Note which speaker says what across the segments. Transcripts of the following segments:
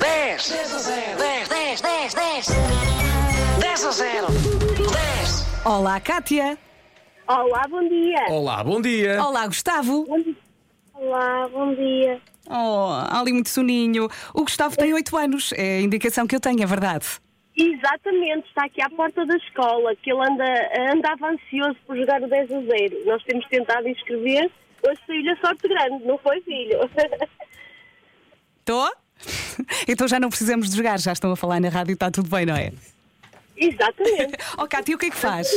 Speaker 1: 10. 10 a 0. 10, 10, 10, 10. 10 a 0. 10.
Speaker 2: Olá, Kátia.
Speaker 3: Olá, bom dia.
Speaker 4: Olá, bom dia.
Speaker 2: Olá, Gustavo.
Speaker 3: Bom dia. Olá, bom dia.
Speaker 2: Oh, há ali muito soninho. O Gustavo tem 8 anos. É a indicação que eu tenho, é verdade.
Speaker 3: Exatamente, está aqui à porta da escola, que ele anda, andava ansioso por jogar o 10 a 0. Nós temos tentado inscrever, hoje saiu-lhe a sorte grande, não foi, filho?
Speaker 2: Estou? Então já não precisamos de jogar, já estão a falar na rádio, está tudo bem, não é?
Speaker 3: Exatamente.
Speaker 2: Oh, Cátia, o que é que faz?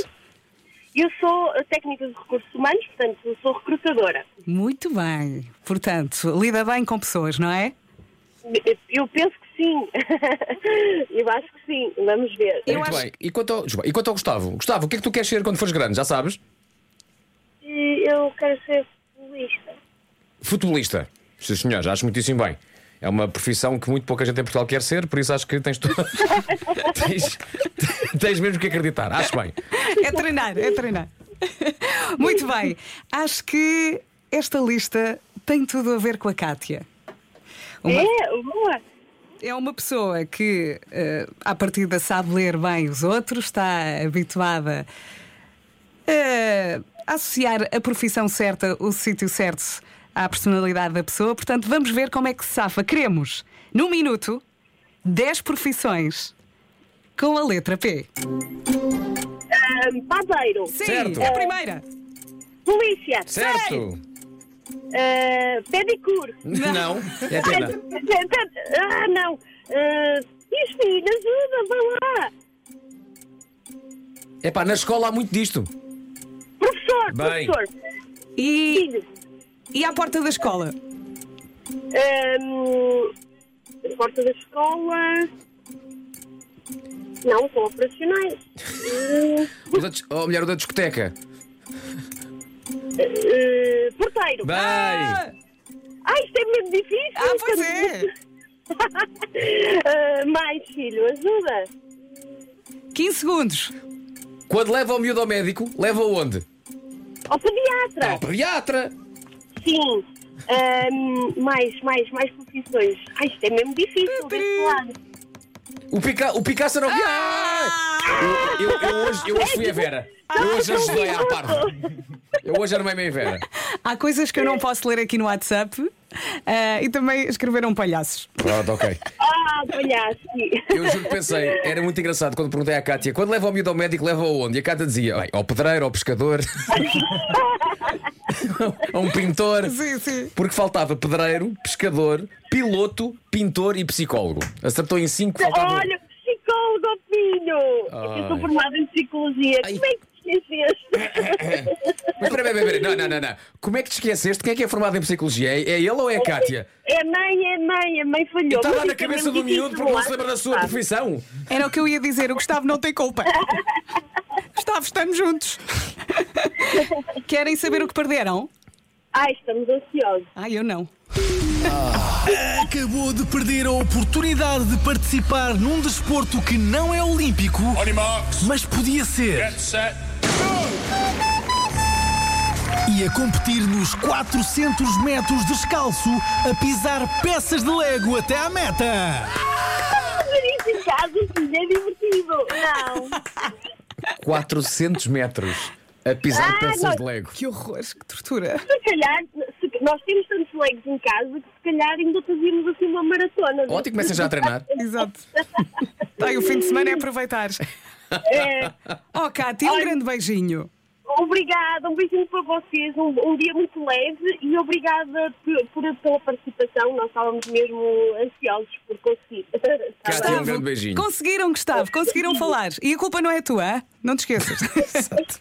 Speaker 3: Eu sou técnica de recursos humanos, portanto, eu sou recrutadora.
Speaker 2: Muito bem. Portanto, lida bem com pessoas, não é?
Speaker 3: Eu penso que sim. eu acho que sim, vamos ver.
Speaker 2: Eu
Speaker 4: Muito
Speaker 2: acho
Speaker 4: bem. E quanto, ao, desculpa, e quanto ao Gustavo? Gustavo, o que é que tu queres ser quando fores grande? Já sabes?
Speaker 3: Eu quero ser futebolista.
Speaker 4: Futebolista. Sim, senhor, já acho muitíssimo bem. É uma profissão que muito pouca gente em Portugal quer ser, por isso acho que tens tu... tens, tens mesmo que acreditar. Acho bem.
Speaker 2: É treinar, é treinar. Muito bem. Acho que esta lista tem tudo a ver com a Cátia. Uma-
Speaker 3: É, boa.
Speaker 2: É uma pessoa que, eh, à partida, sabe ler bem os outros, está habituada eh, a associar a profissão certa, o sítio certo à personalidade da pessoa. Portanto, vamos ver como é que se safa. Queremos, num minuto, 10 profissões com a letra P.
Speaker 3: Ahm, padeiro,
Speaker 2: Sim,
Speaker 4: Certo.
Speaker 2: é a primeira.
Speaker 3: polícia,
Speaker 4: Certo?
Speaker 3: ah, pedicure.
Speaker 4: Não. É pena.
Speaker 3: Ah, não. Ah, Diz, filho, ajuda, vai lá.
Speaker 4: É pá, na escola há muito disto.
Speaker 3: Professor,
Speaker 4: Bem.
Speaker 3: professor.
Speaker 2: E,
Speaker 3: Filho.
Speaker 2: e à porta da escola?
Speaker 3: ahm, a ah, porta da escola. Não, com operacionais. Hum,
Speaker 4: O da dis- Ou melhor, o da discoteca.
Speaker 3: ah, ah, porteiro.
Speaker 4: Bem.
Speaker 2: Ah,
Speaker 3: Ah, isto é mesmo difícil.
Speaker 2: ah, pois é.
Speaker 3: Ah, mais, filho, ajuda.
Speaker 2: 15 segundos.
Speaker 4: Quando leva o miúdo ao médico, leva onde?
Speaker 3: Ao pediatra.
Speaker 4: Ao pediatra.
Speaker 3: Sim. Ahm, mais, mais, mais profissões. Ah, isto é mesmo difícil deste lado.
Speaker 4: O, pica... o Picasso não. Ah! Eu, eu- eu hoje, eu hoje fui a Vera. Eu hoje ajudei à parte. Eu hoje armei-me em Vera.
Speaker 2: Há coisas que eu não posso ler aqui no WhatsApp eh, e também escreveram palhaços.
Speaker 4: Pronto, ok.
Speaker 3: Ah, palhaço.
Speaker 4: Eu juro que pensei, era muito engraçado quando perguntei à Cátia quando leva o miúdo ao médico, leva aonde? E a Cátia dizia, "Bem, ao pedreiro, ao pescador, a um pintor.
Speaker 2: Sim, sim.
Speaker 4: Porque faltava pedreiro, pescador, piloto, pintor e psicólogo. Acertou em cinco, faltava. um.
Speaker 3: Olha, psicólogo, filho. Eu sou
Speaker 4: Ai.
Speaker 3: formada em psicologia.
Speaker 4: Ai. É,
Speaker 3: Como é que te esqueceste?
Speaker 4: Mas peraí, peraí, peraí, não, não, não, não. Como é que te esqueceste? Quem é que é formado em psicologia? É é ele ou é a Cátia?
Speaker 3: É mãe, é mãe, a mãe falhou.
Speaker 4: Está
Speaker 3: Mas
Speaker 4: tá lá na
Speaker 3: isto é
Speaker 4: cabeça do
Speaker 3: mesmo
Speaker 4: miúdo
Speaker 3: difícil,
Speaker 4: porque não
Speaker 3: acho.
Speaker 4: se lembra da sua
Speaker 3: Ah,
Speaker 4: profissão.
Speaker 2: Era o que eu ia dizer, o Gustavo não tem culpa. Gustavo, estamos juntos. Querem saber o que perderam?
Speaker 3: Ai, estamos ansiosos.
Speaker 2: Ah, eu não.
Speaker 5: Acabou de perder a oportunidade de participar num desporto que não é olímpico,
Speaker 6: On your marks,
Speaker 5: mas podia ser.
Speaker 6: get set,
Speaker 5: E a competir nos 400 metros descalço, a pisar peças de lego até à meta.
Speaker 3: Neste caso, filho, é divertido. Não.
Speaker 4: 400 metros a pisar
Speaker 3: Ah,
Speaker 4: peças
Speaker 3: não.
Speaker 4: de Lego.
Speaker 2: Que horror, que tortura.
Speaker 3: Se calhar, se- nós temos tantos legs em casa que se calhar ainda fazíamos assim uma maratona.
Speaker 4: Ontem começa já a treinar.
Speaker 2: Exato. Bem, o fim de semana é aproveitar.
Speaker 3: É,
Speaker 2: Oh, Cátia, um grande beijinho.
Speaker 3: obrigada, um beijinho para vocês, um, um dia muito leve e obrigada por, por- pela participação. Nós estávamos mesmo ansiosos por conseguir. Está
Speaker 4: Cátia,
Speaker 3: bem?
Speaker 4: um grande beijinho.
Speaker 2: Conseguiram, Gustavo, conseguiram falar. E a culpa não é tua, hã? não te esqueças. Exato.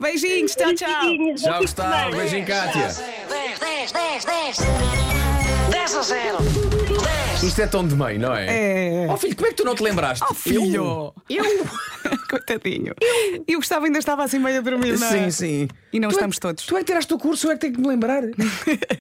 Speaker 2: Beijinhos, tchau, tchau.
Speaker 3: Beijinhos, bom
Speaker 4: Já
Speaker 3: fim de
Speaker 4: está. Um
Speaker 3: semana.
Speaker 4: Beijinho, Cátia.
Speaker 3: É.
Speaker 1: 10, 10, 10, 10. 10 a 0. 10.
Speaker 4: Isto é tão de mãe, não é?
Speaker 2: É.
Speaker 4: Oh filho, como é que tu não te lembraste?
Speaker 2: Oh, filho! Eu? Coitadinho. E o Gustavo ainda estava assim meio a dormir,
Speaker 4: Eu?
Speaker 2: não é?
Speaker 4: Sim, sim.
Speaker 2: E não
Speaker 4: Tu é-
Speaker 2: estamos todos.
Speaker 4: Tu é que tiraste o curso, eu é que tenho que me lembrar.